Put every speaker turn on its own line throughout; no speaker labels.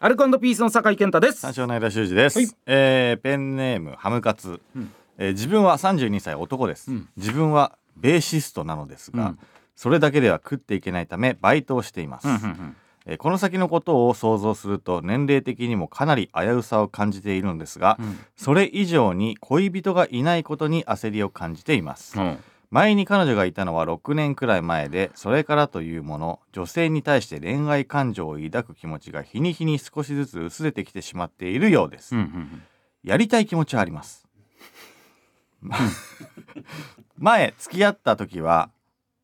アルコピースの酒井健太です
三。照の間修二です、
はい
えーペンネームハムカツ、えー自分は32歳男です、
うん
自分はベーシストなのですが、
うん
それだけでは食っていけないためバイトをしています、えーこの先のことを想像すると年齢的にもかなり危うさを感じているのですが、
うん
それ以上に恋人がいないことに焦りを感じています、前に彼女がいたのは6年くらい前でそれからというもの女性に対して恋愛感情を抱く気持ちが日に日に少しずつ薄れてきてしまっているようです、やりたい気持ちはあ ります。前付き合った時は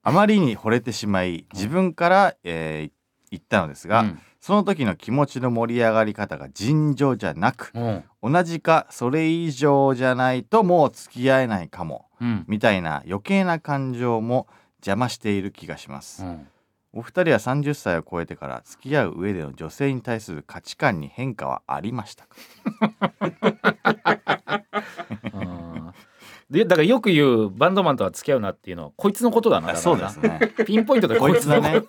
あまりに惚れてしまい自分から、えー言ったのですが、
うん
その時の気持ちの盛り上がり方が尋常じゃなく同じかそれ以上じゃないともう付き合えないかもみたいな余計な感情も邪魔している気がします。お二人は30歳を超えてから付き合う上での女性に対する価値観に変化はありましたか
で、だからよく言うバンドマンとは付き合うなっていうのはこいつのことだな。だから
そうですね。
ピンポイントで
こ
こ
い
い
つ
つ
だ
の
ね。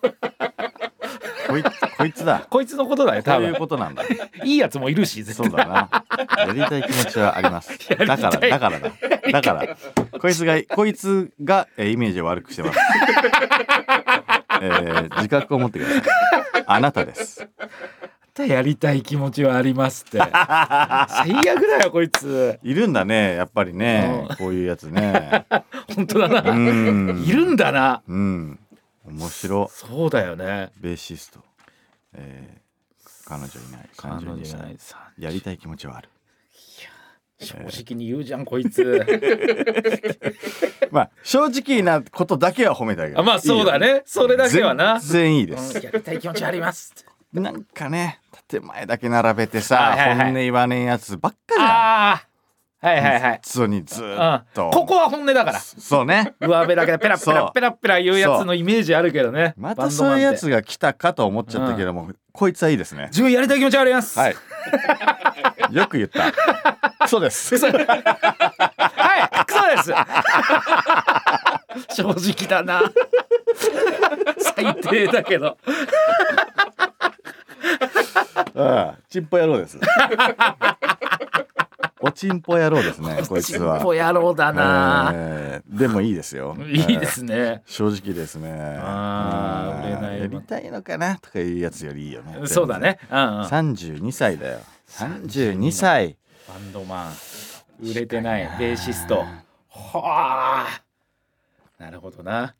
こいこいつだ。
こいつのことだよ。
そ
多
ういう
分
ことなんだ。
いいやつもいるし、絶
そう
対。
だな。やりたい気持ちはあります。だ
や
から
りたい
だからだ。だからこいつがこいつがえーイメージを悪くしてます。えー自覚を持ってください。あなたです。
やりたい気持ちはあります って。最悪だよこいつ。
いるんだね。やっぱりね
う。
こういうやつ ね。
本当だ
う
な。
ん。
いるんだな。
うん。面白。
そうだよね。
ベーシスト。えー彼女いない。
彼女
32
じゃない
歳。。やりたい気持ちはある。
正直に言うじゃんこいつ。
まあ正直なことだけは褒めてあげる。
あまあそうだ
いいよ。
ね。それだけはな。
全然いいで
うん
す。
やりたい気持ちはありますって。
なんかね、建前だけ並べてさ、
はいはいはい
本音言わねえやつばっかじゃ ん。
ああはいはいはい。
そうにずー
あ
っと。
ここは本音だから。
そうね。
上辺だけでペラペ
そう
ラペラペラ言うやつのイメージあるけどね。
ま
バ
た
ンドマン
そういうや
って
つが来たかと思っちゃったけども、こいつはいいですね。
自分やりたい気持ちはあります。
はい。 よく言った。 そうです。
嘘。はい、クソ です。正直だな。最低だけど。
うん。チンポ野郎です。おちんぽ野郎で すね、こいつは。
ちんぽ野郎だな。
えーでもいいですよ。
いいですね。
正直ですね。
あー
うん
売れない
やりたいのかなとかいうやつよりいいよね。
そうだね。うんうん。バ
全然。32歳だよ。32歳。
ンドマン。売れてないベーシスト。はあ。なるほどな。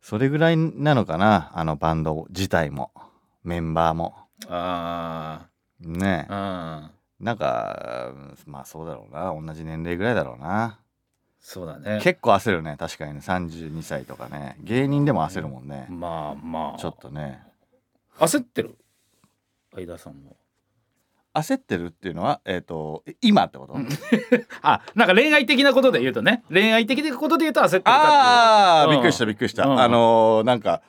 それぐらいなのかな、あのバンド自体も、メンバーも。
あ
ねえ
あ。うん。
なんか、うんまあそうだろうな、同じ年齢ぐらいだろうな。
そうだね。
結構焦るね、確かにね、32歳とかね。芸人でも焦るもんね。
まあまあ。
ちょっとね。
焦ってる相田さんも
焦ってるっていうのは、えっ、と、今ってこと、
あなんか恋愛的なことで言うとね恋愛的なことで言うと焦ってるか
ああ、
うん
びっくりしたびっくりした、
うん
あのーなんか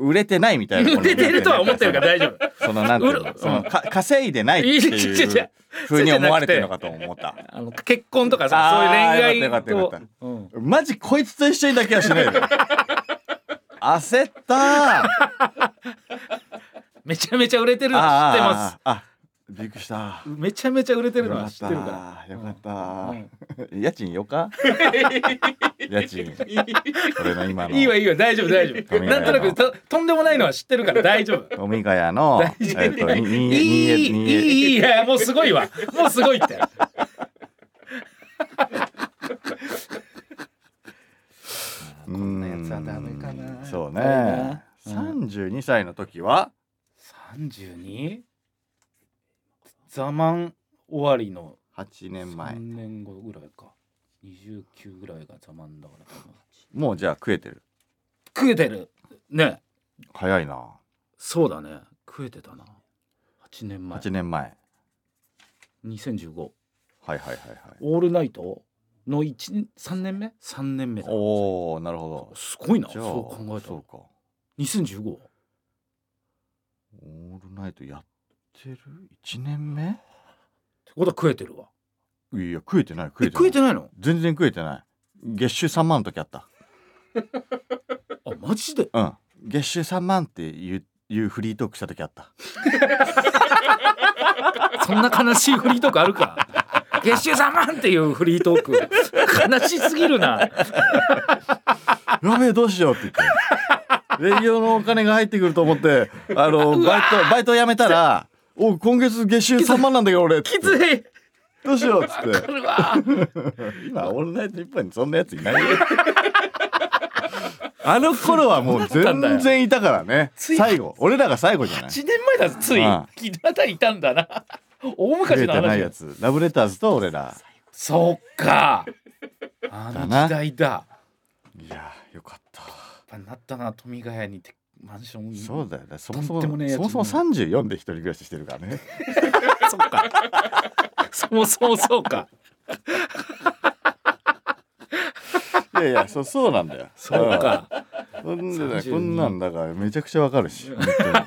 売れてないみたいな
っていう売れてるとは思ってるから
ら
大丈夫
そのなんていう
売
の
る
そのか稼いでないって
いやいやい
い
やいうや
ふうに思われてるのかと思った
あの結婚とかさそういう
あーよ
恋
か
愛
ったよ
と
かったよかっ
うん
マジこいつと一緒にだけはしない で焦ったー
めちゃめちゃ売れてるの知ってま
あーあびっくりした
すめちゃめちゃ売れてる
よ
の
か
は
っ
知
た
ってるか
ーよかったー 家賃よ か家賃俺の今
らいいわ
の
いいわ大丈夫大 丈夫
ごめん
なんとなくととんでもないのは知ってるから大丈夫
富ヶ谷のえっとに
い
に
いいい
に
いいいいやもうすごいわもうすごいって
こん
なやつはダメかな
そう
ダメだ
ね
な。うん
三十二歳の時は、
32? ザマン終わりの
八年前。
3年後ぐらいか29ぐらいがザマンだから多分
もうじゃあ食えてる。
食えてるね
早いな。
そうだね食えてたな8年前
八年前。
2015オ
はいはいはいはい。
ールナイトの3年目 ?3 年目だ
おお、なるほ
すごいな
ど。じゃあ、
そう考えた
そう
ら
か。
2015
オールナイトやってる一年目？
ってことは食えてるわ
いや食えてない食
え
えて
食
ない。
えてないの
全然食えてない。月収三万の時あっ
あ
た。
マジで
うん。月収三万っていういうフリートークした時あった。
そんな悲しいフリートークある か月収3万っていうフリートーク悲しすぎるな
やべえどうしようって言ってレギオのお金が入ってくると思ってあのバイトバイト辞めたら「おう今月月収3万なんだけど俺」
きつい
どうしようっつ って
これは
今オンライト日本にそんなやついないよ あの頃はもう全然いたから ね
つい
最後俺らが最後じゃない
8年前だぞつい
ああ
まだいたんだな大昔
出
の
てない
話
やつラブレターズと俺ら
そっかあの
だな
時代だや
いやーよかった
っぱなったな富ヶ谷にてマンション
そうだよねそもそ
とんでも
も
ねえやつ
そもそも34で一人暮らししてるか らね
そっか。そもそもそうか。
いやいやそうそうなんだよ
そうか。
うんそんでね
32
こんなんだからめちゃくちゃわか るし本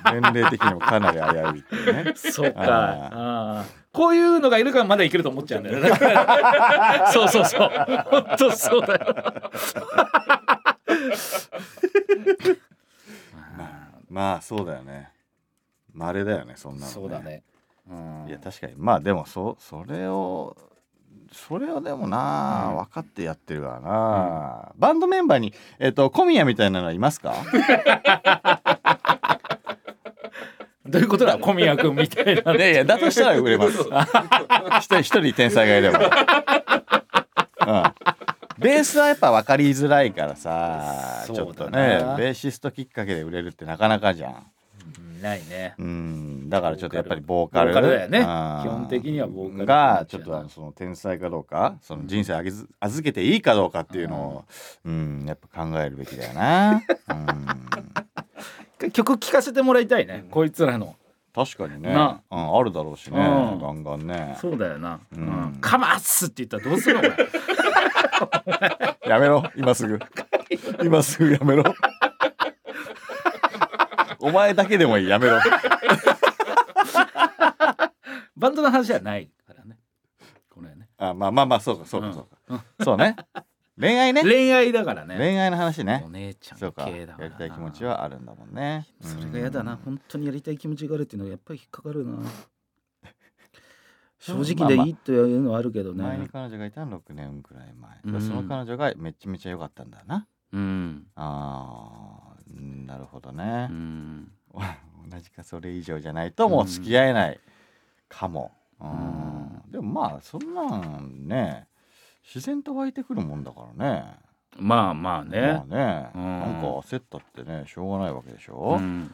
当に年齢的にもかなり危ういっていうね
そうか。
あ
ああこういうのがいるからまだいけると思っちゃうん だよね。だからそうそうそう。本当そうだよ。
まあそうだよねまれだよねそんなの、
そうだね。うん
いや確かにまあでもそそれをそれはでもな、
うん
分かってやってるからな、バンドメンバーに、えっと小宮みたいなのはいますか。
どういうことだ小宮君みたいない
や いやだとしたら売れます 一人一人天才がいれば、うん、ベースはやっぱ分かりづらいからさち
そ
ょ
う
っと
だ
ね
な
ベーシストきっかけで売れるってなかなかじゃん
うんないね。
うんだからちょっとやっぱりボーカル
ボーカルだよね
うん
基本的にはボーカル
がちょっとあのその天才かどうかその人生あげず預けていいかどうかっていうのをうんやっぱ考えるべきだよなうん
曲聴かせてもらいたいね。こいつらの。
確かにね
な
うんあるだろうしね
うん
ガンガンね
そうだよな。
う
うんん。カマスって言ったらどうす るのお前
やめろ今すぐ今すぐや めろお前だけでもいいやめろ
バンドの話じゃないから ね。これね。
あまあまあまあそうかそうかそうかそうね恋愛ね
恋愛だからね。
恋愛の話ね
お姉ちゃん
そうか
系だか
や
ら
り
な
たい気持ちはあるんだもんね
それが嫌だな、
うん
本当にやりたい気持ちがあるっていうのはやっぱり引っかかるな 正
うん
直でいいというのはあるけどね、
前に彼女がいたの6年くらい前、
うん
その彼女がめちゃめちゃ良かったんだな
うん
あーうんなるほどね
う、ん
同じかそれ以上じゃないともう付き合えないかも、うんでもまあそんなんね自然と湧いてくるもんだからね
まあまあね、
まあね、
うん
なんか焦ったってねしょうがないわけでしょ、
うん、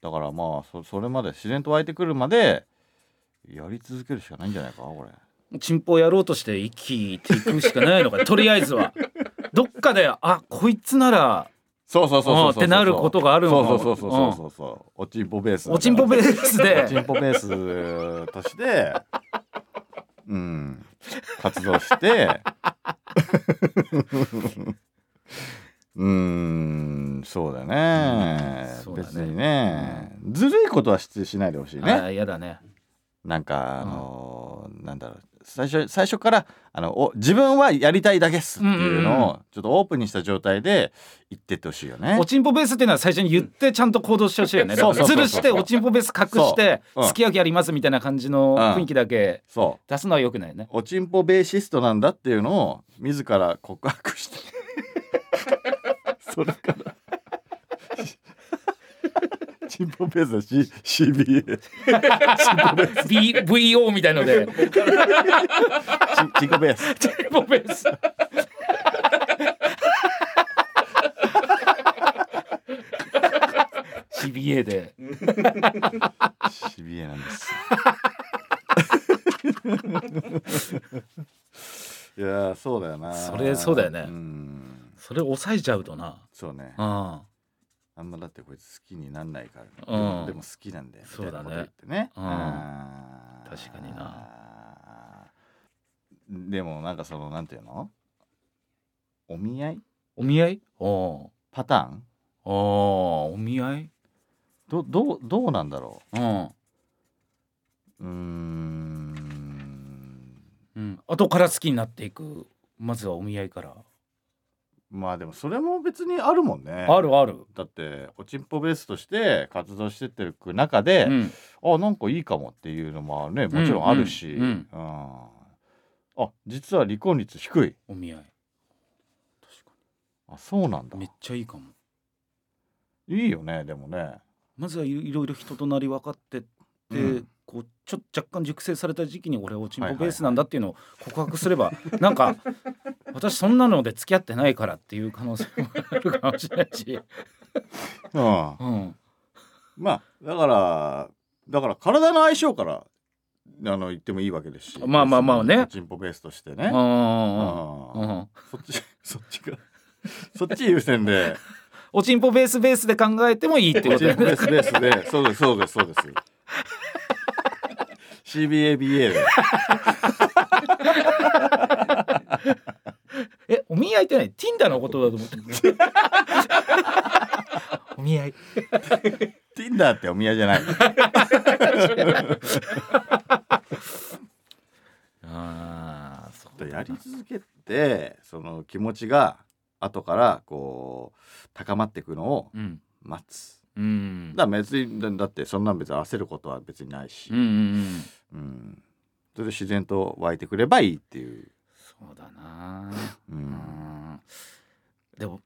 だからまあそそれまで自然と湧いてくるまでやり続けるしかないんじゃないかこれ
チンポやろうとして生きていくしかないの かとりあえずはどっかであこいつなら
そうそうそうそう
うんっ
そう
てなることがある
そう
の
そうそうそうそうそうそうおちんぽベース
おちんぽベー
ー
ス
おち
で
んぽベースとしてうん活動して うーんそうだね,、
うんそうだね
別にね、ずるいことはししないでほしい
あ
ね
あ嫌だね
なんかあのーなんだろう最初最初からあのお自分はやりたいだけっすっていうのをちょっとオープンにした状態で言ってってほしいよね
お。ちんぽベースっていうのは最初に言ってちゃんと行動してほしいよねだから
そうそ
ズ
うそうそう
ルしておちんぽベース隠して
そううん
付き合う気やりますみたいな感じの雰囲気だけ
そう
出すのはよくないね
おちんぽベーシストなんだっていうのを自ら告白 してそれからチンポベースだし CBA チ
B VO みたいので
チンコベース
チンポベース シビエで
CBA なんです いやーそうだよな
それそうだよね
うん
それ抑えちゃうとな
そうね
うん
あんまだってこいつ好きになんないから、
うん
でも好きなんだよみた
そ
いう
だ
なこ
ね
と言ってね
うん
あー
確かに
でもなんかそのなんていうのお見合い
お見合いおお
パターン
おおお見合い
どどうどうなんだろ
うん
ううーん
うん後から好きになっていくまずはお見合いから
まあでもそれも別にあるもんね
あるある、
だっておちんぽベースとして活動してってる中で、
うん、
あなんかいいかもっていうのもねもちろんあるし、
うんうん
うんあ実は離婚率低い
お見合い確か
あそうなんだ
にめっちゃいいかも
いいよねで もね
まずはいいろいろ人となり分かってって、
うん
こうちょっと若干熟成された時期に俺はおちん
はい
ぽ
はいはい
ベースなんだっていうのを告白すれば、なんか 私そんなので付き合ってないからっていう可能性もあるかもしれないし、
うん
うん、
まあだからだから体の相性からあの言ってもいいわけですし
まあまあまあね
おちんぽベースとしてね
うんうんう
う
ん
ん
うん
そっち そっちがそっち優先で
おちんぽベースベースで考えてもいい って
お
こ
ち
と
ん
だよ
ぽベ
ね
ースベースでそうですそうですそうです CBABA で
えお見合いってない Tinder のことだと思って お見合い
Tinder ってお宮じゃない
ああそ
とやり続けてその気持ちが後からこう高まっていくのを
うん
待つ
うん
だから別にだだってそんなん別に焦ることは別にないし、
うんうんうん
うんそれで自然と湧いてくればいいっていう、
そうだな
う、
うんんでも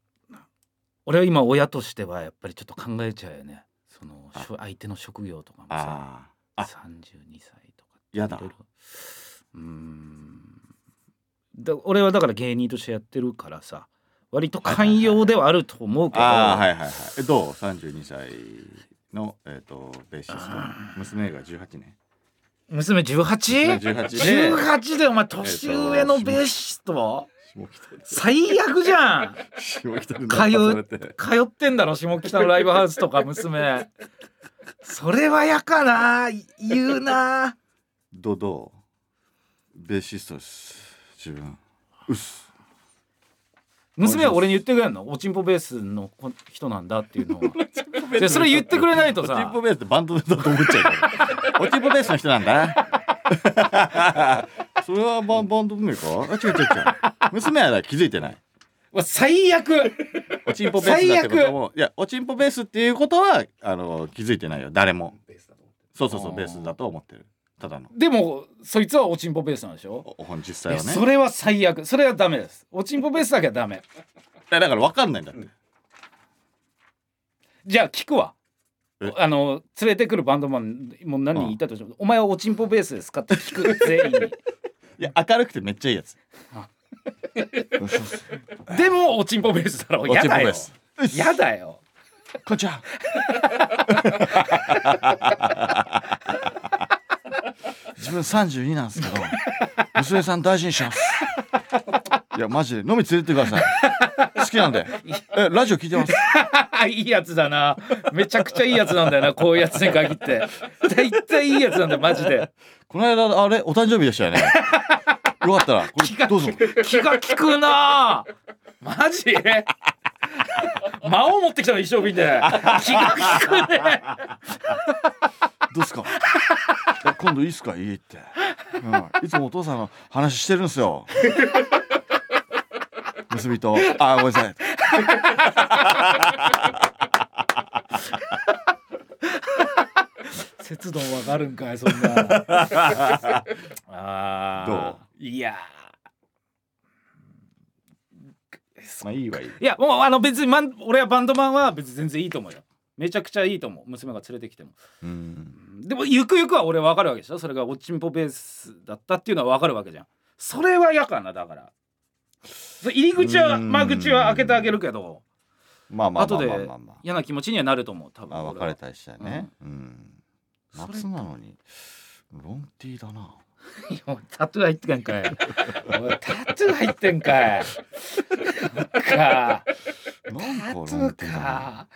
俺は今親としてはやっぱりちょっと考えちゃうよねその
あ
しょ相手の職業とかもさ
ああ
32歳とか
ーやだ
いろいろうーんだ俺はだから芸人としてやってるからさ割と寛容ではあると思うけど、
あーはいはいはいえどう32歳の、えー、とベーシスト娘が18年
娘 18?18
18
で
で
お前年上のベーシスト、
下北で
最悪じゃん
下北で
通
て
通ってんだろ下北のライブハウスとか娘それはやかない言うな
どうどうベーシストです自分うっす
娘は俺に言ってくれんのおちんぽベースのこ人なんだっていうのはでそれ言ってくれないとさ
おちんぽベースってバンドだと思っちゃうから。おちんぽベースの人なん だ。それはバンバンド名か。あ違う違う違う。娘は気づいてない。
うわ最悪
おちんぽベースだってこともいやおちんぽベースっていうことはあの気づいてないよ誰も。そうそうそ
あ
う
ー
ベースだと思ってる。ただの。
でもそいつはおちんぽベースなんでしょ
お本実
い
際
や
はね。
それは最悪それはダメですおちんぽベースだけはダメ
いやだからわかんないんだって。
じゃあ聞くわ
え
あの連れてくるバンドマンもう何人いたとしても「お前はおちんぽベースですか?」って聞く全員 に。
いや明るくてめっちゃいいやつ。
でもおちんぽベースだろ
おちん
や
ぽ
だ
ベ
よ
ース。
やだよ
こんにちは。自分三十二なんですけど、娘さん大事にします。いやマジで飲み連れてってください。好きなんで。えラジオ聞いてます。
いいやつだなめちゃくちゃいいやつなんだよなこういうやつに限って大体いいやつなんだよマジで
この間あれお誕生日でしたよね。よかったらこ
気
れ
が
どうぞ。
気が利くなマジ魔王持ってきたの一生瓶で気が利くね
どうっすか。え今度いいっすか家行って、うん。いつもお父さんの話してるんですよ。娘とあごめんなさい。
節度わかるんかいそんな あー
ど
いや
まあいいわいい。
いやもうあの別にマン俺はバンドマンは別に全然いいと思うよめちゃくちゃいいと思う娘が連れてきても
うん。
でもゆくゆくは俺分かるわけでしょそれがおちんぽベースだったっていうのは分かるわけじゃんそれは嫌かなだからそれ入り口
うー
は
ん
間口は開けてあげるけど
まあまあ
後
まあ
で
まあまあまあ。
嫌な気持ちにはなると思う多分
あ
俺
別
は
れたりしたよね、うん、
それ
夏なのにロンティーだない
やお前タトゥー入ってんかいお前タトゥー入ってんかいそっか
なん
タ
か
ト
ロン
ゥー
ティーだな
か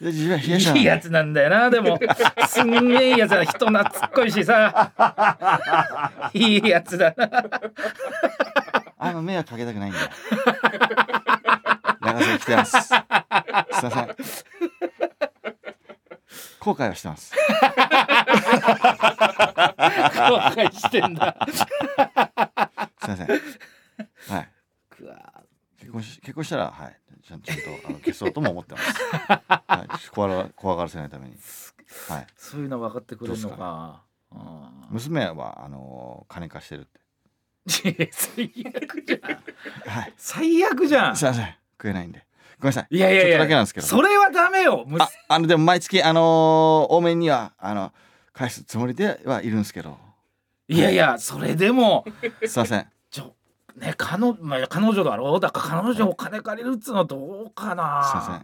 いや自分冷やし
いいやつなんだよなでもすんげえいいやつだ人懐っこいしさ いいやつだな
あの迷惑かけたくないんだよ長袖着てますすいません後悔はしてます
後悔してんだ
すいませんはい結婚したらはいちゃんちゃんとあの消そうとも思ってます、はい、怖がら怖がらせないために、はい、
そういうの分かってくれるのかうん
娘はあの金貸してるって
いや最悪じゃん最
はい
悪じゃん
すいません食えないんでごめんなさい
いやいやいや
ちょっとだけなんですけど
それはダメよむ
ああのでも毎月あのー多めにはあの返すつもりではいるんですけど
いやいやそれでも
すいません
ちょね彼女まあ彼女だろうだから彼女お金借りるっつうのどうか
すいま
なせん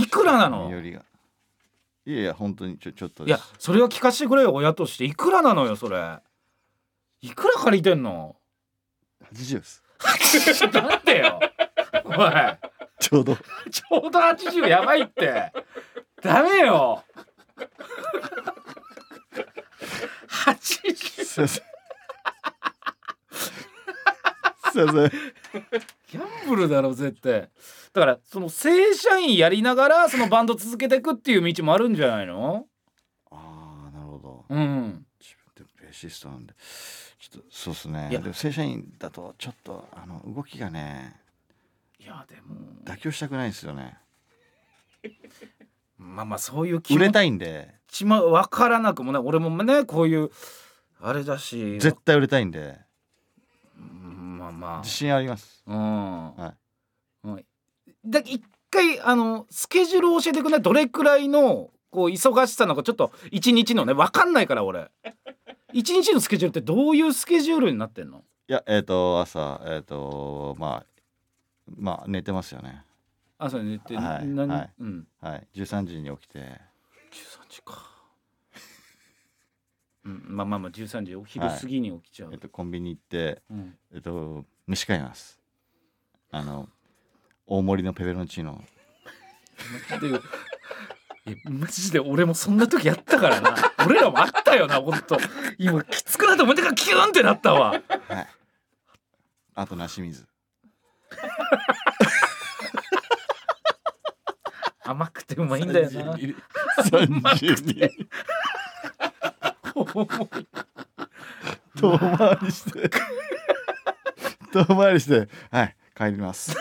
い
せん
くらなの
身寄りがいやいや本当にちょちょっと
い
で
や
す
それは聞かせてくれよ親としていくらなのよそれいくら借りてんの
80です
なんでよおい
ちょうど
ちょうど80やばいってダメよ80
すいませんすいません
ギャンブルだろ絶対だからその正社員やりながらそのバンド続けていくっていう道もあるんじゃないの
ああなるほど
うん
自分でベーシストなんでちょっとそうですね
いや
でも正社員だとちょっとあの動きがね
いやでも
妥協したくないんですよね
まあまあそういう気
売
持
れたいんで
ちも分からなくもない俺もねこういうあれだし
絶対売れたいんで
うんまあま
自信あります
あ
は
うん、うん、だ一回あのスケジュールを教えてくれないどれくらいのこう忙しさなのかちょっと一日のね分かんないから俺一日のスケジュールってどういうスケジュールになってんの
いやえっ、と朝えっ、とまあまあ寝てますよね
あそう寝て、
はい
何
はい
うん
はい13時に起きて
十三時か。 うん、まあまあまあ十三時お昼過ぎに起きちゃう。
えっ、とコンビニ行って
うん、
えっ、と飯買いますあの大盛りのペペロンチーノ
で。えマジで俺もそんな時やったからな俺らもあったよなほんと今きつくなって思い出がキュンってなったわ
はいあと梨水
甘くてうまいんだよな
三十人
重い
遠回りして 遠回りしてはい帰り ます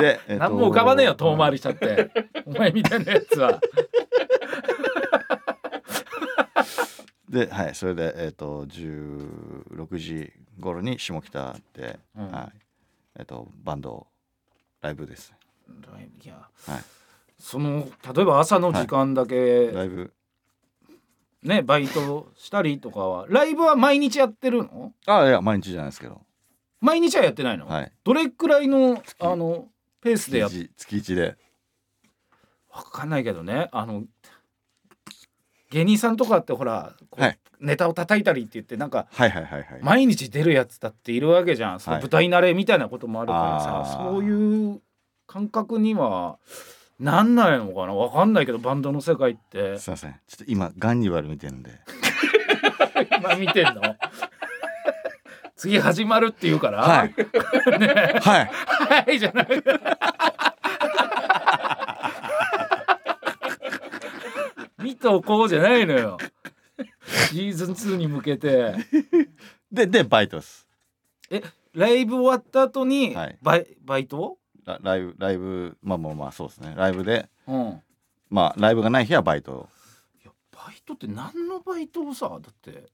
で、えっと
何も浮かばねえよ遠回りした ってお前みたいなやつは
ではいそれでえっ、と16時頃に下北で、
うん
はいえっ、とバンドライブです
いや、
はい
その例えば朝の時間だけ、
ライブ
ねバイトしたりとかはライブは毎日やってるの
あいや毎日じゃないですけど
毎日はやってないの、
はい
どれくらいのあのペースで
月
やっ
一月一で
わかんないけどねあの芸人さんとかってほら、こう
はい
ネタを叩いたりって言ってなんか
はいはいはいは い、
毎日出るやつだっているわけじゃんその
はい
舞台慣れみたいなこともあるからさ、
あー
そういう感覚にはなんないのかなわかんないけどバンドの世界って
すいませんちょっと今ガンニバル見てるんで
今見てんの 次始まるって言うから、
はいは い
はい じゃなくて見とこうじゃないのよシーズン2に向けて
ででバイトです
ライブ終わった後に、
はい
バイバイト
ラライブライブまあまあまあそうですねライブで
うんい
まあライブがない日はバイト
やバイトって何のバイトをさだって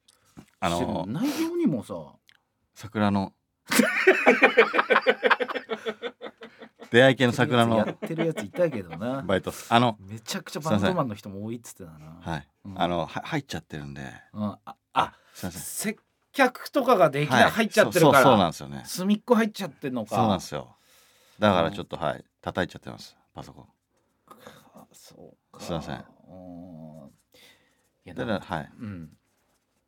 あ
してるの
の
内容にもさ
桜の出会い系の 桜
や
の
ってるやついたけどな
バイトっすあの
めちゃくちゃバンドマンの人も多いっつってたな、
はい、
うん
あのは入っちゃってるんで
うん、ああ
すいません
接客とかができない、
はい
入っちゃってるから
そうそうそうなんですよね
隅っこ入っちゃってんのか
そうなんですよだからちょっとはい叩いちゃってますパソコン
あそうか。
すいません
うーん。いや
だからはい
うん。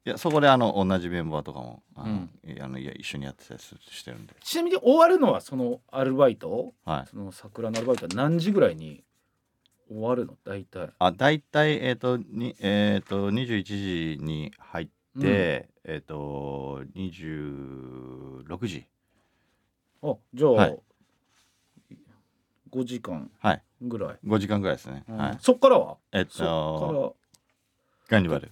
いやそこであの同じメンバーとかもあの、
うん
いあのいや一緒にやってたりするしてるんで
ちなみに終わるのはそのアルバイト、
はい
その桜のアルバイトは何時ぐらいに終わるの？大体。
あ大体えっ、とにえっ、と21時に入って
うん、
で、えっ、と26時
あ、じゃあ、
はい
5時間
はい
ぐらい。
5時間ぐらいですね、
うん
はい
そっからは？
えっ、
そっから
と。ガンニバル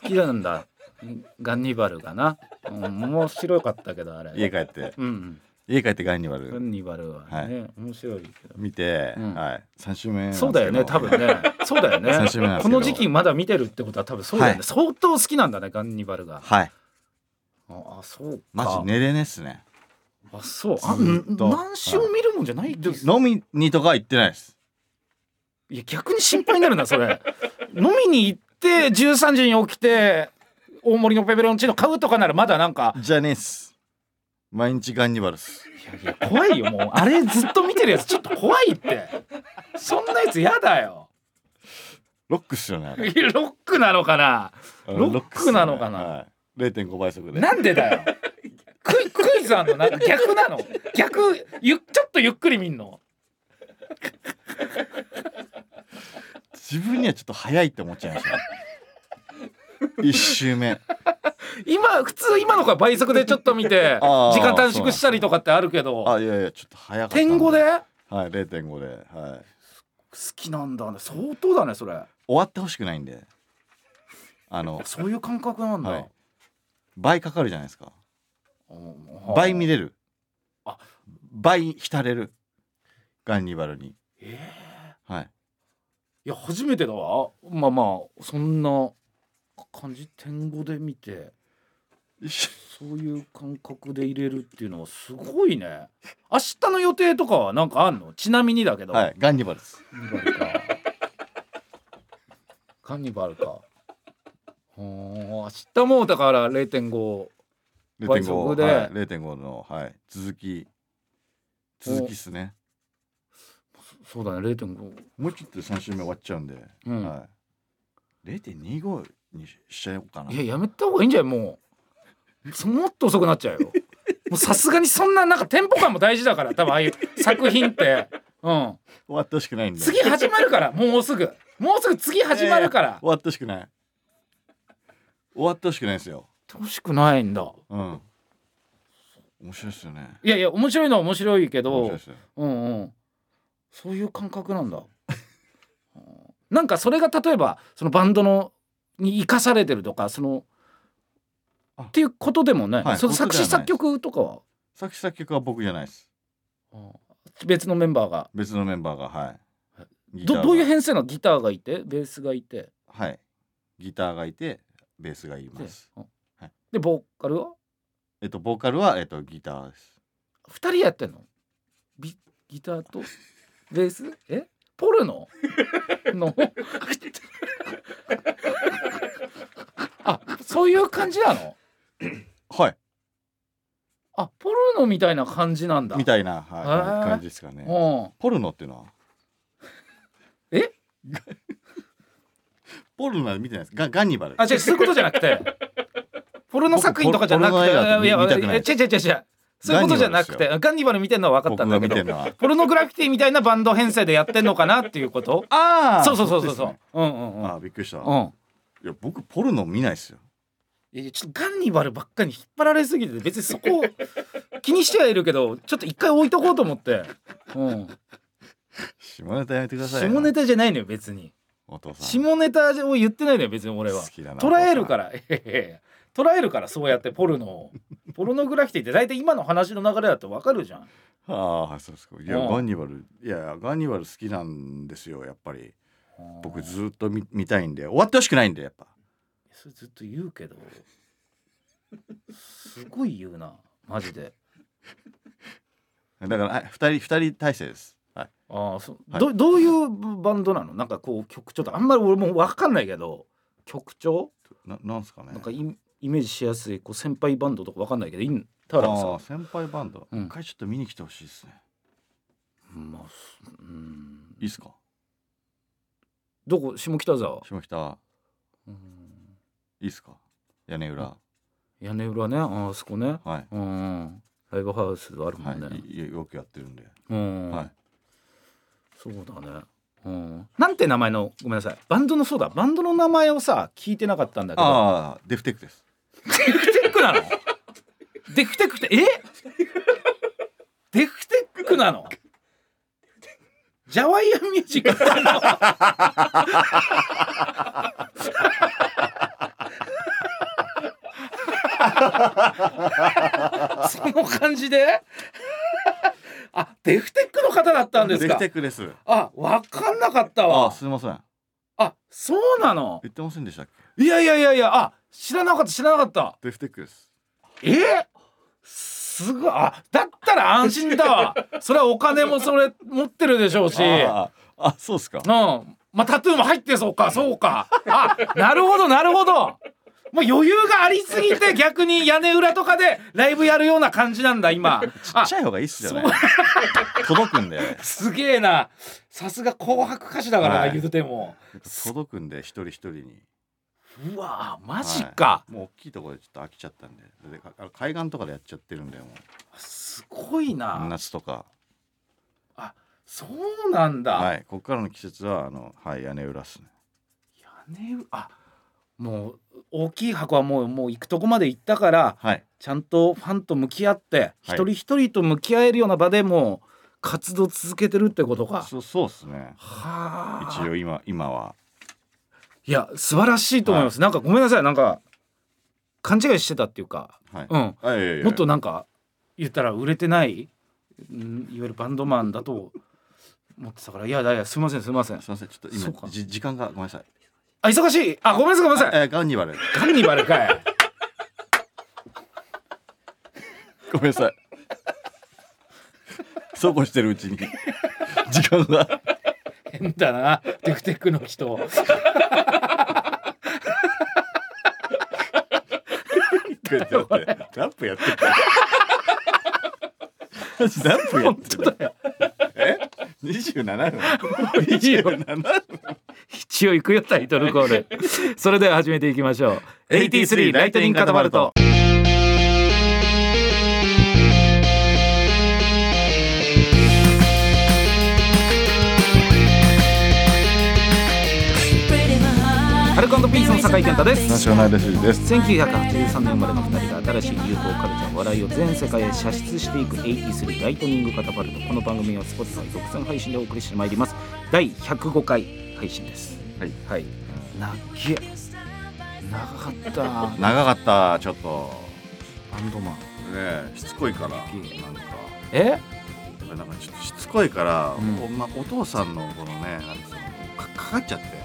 好きなんだ ガンニバルがな、うん、面白かったけどあれ
家帰って
うん
家帰ってガンニバ
ガ
ル
ンニバルはね、面白いけど
見て、
うん
はい三週目なんですけ
そ
ど
うだよね多分ねそうだよね
三週目なんです
こ
けど
の時期まだ見てるってことは多分そうだよね、
はい
相当好きなんだねガンニバルが
はい
ああそうか
マジ寝れねえっすね
あそうあ
ずーっと
ん何週見るもんじゃないって
飲みにとかは行ってないです
いや逆に心配になるなそれ飲みに行って13時に起きて大盛りのペペロンチーノ買うとかならまだなんか
じゃねえっす毎日ガンニバルっす
いやいや怖いよもうあれずっと見てるやつちょっと怖いってそんなやつやだよ
ロックっすよねあ
い
れ
やロックなのかなロックなのかな
はい、0.5倍速で
なんでだよクイクイズあんのなんか逆なの逆ゆちょっとゆっくり見んの
自分にはちょっと早いって思っちゃいま したね一周目
今普通今の子は倍速でちょっと見て
あー
時間短縮したりとかってあるけど
あいやいやちょっと早かった
点語で好
はい0.5ではい
きなんだね相当だねそれ
終わってほしくないんであの
そういう感覚なんだ、
はい倍かかるじゃないですか
うん
倍見れる
あ
倍浸れるガンニバルに
え
はい
ーいや初めてだわまあまあそんな感じ点語で見てそういう感覚で入れるっていうのはすごいね明日の予定とかはなんかあんのちなみにだけど、
はいガンニバルです
カンニバルかカンニバルかほー明日もだから0.5
0.5
倍速で
はい、0.5のはい続き続きっすね
そうだね0.5
もうちょっと3周目終わっちゃうんで、
うん
はい0.25にししちゃおうかない
ややめた方がいいんじゃないもうそもっと遅くなっちゃうよもうさすがにそんななんかテンポ感も大事だから多分ああいう作品ってうん
終わってほしくないんで
次始まるからもうすぐもうすぐ次始まるから
終わってほしくない終わってほしくないですよ
楽しくないんだ
うん面白いっすよね
いやいや面白いのは面白いけ
面白い
ど
っすよ
うんうんそういう感覚なんだうんなんかそれが例えばそのバンドのに生かされてるとかその
あ
っていうことでもない、
はい
その
こと
作
では
詞
ない
作曲とかは
作詞作曲は僕じゃないです
うん別のメンバーが
別のメンバーがはい
どどういう
変
編成なのギターがいてベースがいて
はいギターがいてベースがい
で
ます
うん
はい
でボーカルは
えっとボーカルはえっとギターです
2人やってんのビギターとベースえポルノのあそういう感じなの
はい
あポルノみたいな感じなんだ
みたいな、はい
へー
感じですかね
うん
ポルノっていうのは
え
ポルノは見てないですガガンニバル
あ違うそういうことじゃなくてポルノ作品とかじゃなくて
僕ポルノ映画見見たくない
違う違う違う違うそういうことじゃなくてガンニバル見てるのは分かった
僕
んだ
が
け
見
ど
てるのは
ポルノグラフィティみたいなバンド編成でやってんのかなっていうこと
あー
そうそうそうそう
っちです
そう、
ね
うんうんうん
あーびっくりした、
う
い
ん
や僕ポルノ見ないですよ
いやちょっとガンニバルばっかりに引っ張られすぎて別にそこを 気にしてはいるけどちょっと一回置いとこうと思って、うん、
下ネタやめてくださいよ
下ネタじゃないのよ別に
お父さん
下ネタを言ってないのよ別に俺は
好きだな
捉えるからいやいやいや捉えるからそうやってポルノをポルノグラフィティって大体今の話の流れだとわかるじゃん
ああそうですかいや
うん
ガンニバルいやガンニバル好きなんですよやっぱり僕ずっと見見たいんで終わってほしくないんでやっぱ
それずっと言うけどすごい言うなマジで
だからはい二人二人体制ですはい
ああそ、
はい
どどういうバンドなのなんかこう曲調とかあんまり俺もわかんないけど曲調
ななんすかね
なんかイイメージしやすいこう先輩バンドとかわかんないけどいん
あ
タランさん
ー先輩バンド、
うん
一回ちょっと見に来てほしいですね
まあすうん
いいっすか
どこ下北沢、
下北
うん、
いいっすか屋根裏、
屋根裏ねああそこね
はい
うんライブハウスあるもんね、
はいいいよくやってるんで、
うん、
はい
そうだねうんなんて名前のごめんなさいバンドのそうだバンドの名前をさ聞いてなかったんだけど
ああデフテックです
デフテックなのデフテックってえデフテックなのジャワイアンミュージックってのその感じであデフテックの方だったんです
デフ
か
テックです。
あ分かんなかった
あ、
わ
すみません。
あそうなの
言ってませんでしたっけ？
いやいやいやいやあ知らなかった知らなかった
デフテックです。
えすごいあだったら安心だ わそれはお金もそれ持ってるでしょうし
あー、あそうですか。
うん。まあ、タトゥーも入ってそうか、そうか。あ、なるほど、なるほど。もう余裕がありすぎ て逆に屋根裏とかでライブやるような感じなんだ今。
ち
あ
っちゃい方がいいっすよね
そ。
届くんで、
すげえな。さすが紅白歌手だからな、
はい
言うても。
届くんで一人一人に。
うわマジか、
もう大きいところでちょっと飽きちゃったんで、でかあの海岸とかでやっちゃってるんで、もう
すごいな。
夏とか。
あ、そうなんだ。
はい、ここからの季節はあのはい屋根裏っすね。
屋根裏あ、もう大きい箱はもうもう行くとこまで行ったから、
はい。
ちゃんとファンと向き合って、
はい
一人一人と向き合えるような場でもう活動続けてるってことか。
そうそうですね。
はあ。
一応今今は。
いや素晴らしいと思います。なんかごめんなさいなんか勘違いしてたっていうか、
はい。
うん、
あいやいやいや
もっとなんか言ったら売れてない、うん、いわゆるバンドマンだと思ってたからいやいやいやすいませんすいません
す。みませんちょっと
そう
今
か
じ時間がごめんなさい。
あ忙しいあごめんなさいごめんなさい。
えーガンに言われる。
カンニバルかい。
ごめんな さい。そうこうしてるうちに時間が
変だなテクテクの人
こうやってやって何分やってる。何分やってる。え？二十七分。
いいよ
27分。
一応行くよタイトルコールそれでは始めていきましょう83ライトニングカタパルトアルコピースの酒井健太です
ナショナルシーです。
1983年生まれの2人が新しい UFO カルチャー笑いを全世界へ射出していく83ライトニングカタパルトこの番組は Spotify 独占配信でお送りしてまいります第105回配信です
はい
はいなっげ長かった
長かったちょっと
バンドマン
ねえしつこいからなんか。
え
なんかちょっとしつこいから、
うん
おまお父さんのこのねなんかそのかかかっちゃって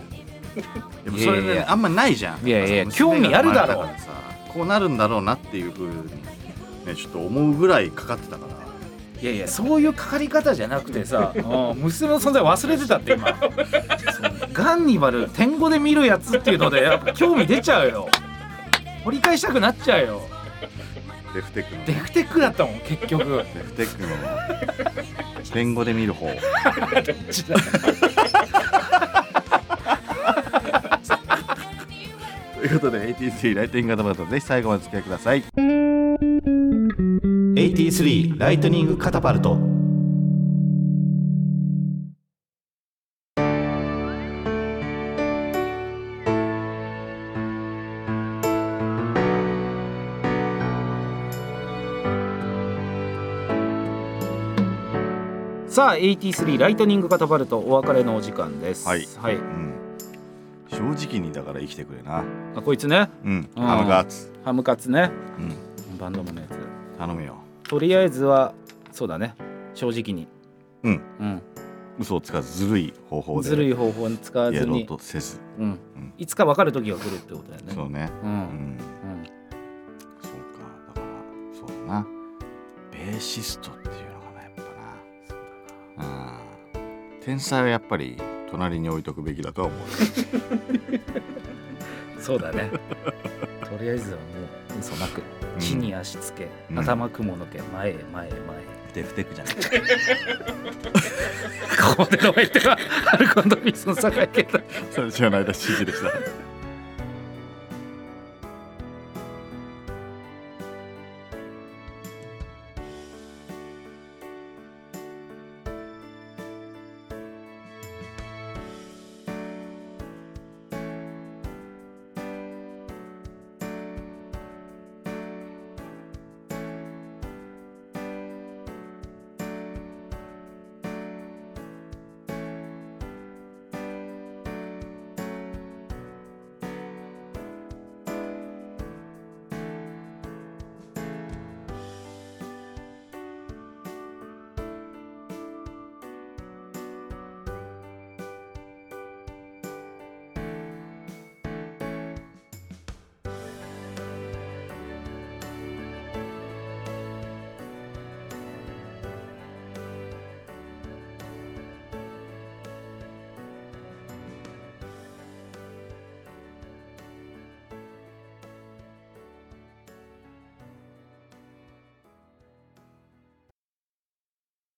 でもそれ
い
ね
やいや
あんまないじゃん
いやいや
やっぱその娘
興味あるだろ
が生まれたからさこうなるんだろうなっていうふうに、ね、ちょっと思うぐらいかかってたから
いやいやそういうかかり方じゃなくて さうん娘の存在忘れてたって今そうガンニバル天狗で見るやつっていうのでやっぱ興味出ちゃうよ掘り返したくなっちゃうよ
レフテックの
デフテックだったもん結局
レフテックの弁護で見る方ということで AT3 ライトニングカタパルトぜひ最後までお付き合いください AT3 ライトニングカタパルト
さあ83ライトニングカタパルトお別れのお時間です
はい
はい、
うん正直にだから生きてくれな
あこいつね
うん
うん
ハムガーツ
ハムカツね
うん
バンドマンのやつ
頼むよ
とりあえずはそうだね正直に
うん
うん
嘘をつかずずるい方法で
ずるい方法に使わ
や
ず
ろう
に
とせず
うん
ん
いつか分かる時が来るってことだよね
そうね
う
うんん
うん
そうかだからそうだなベーシストっていうのがなやっぱなうん天才はやっぱり隣に置いとくべきだとは思う
そうだ ねとりあえずはもう嘘なく
うん
地に足つけ、
うん
頭雲の毛前へ 前へ前へ
デフテックじゃない
ここでのお相手はアルコピースの酒井健太
それ知らないだ指示でした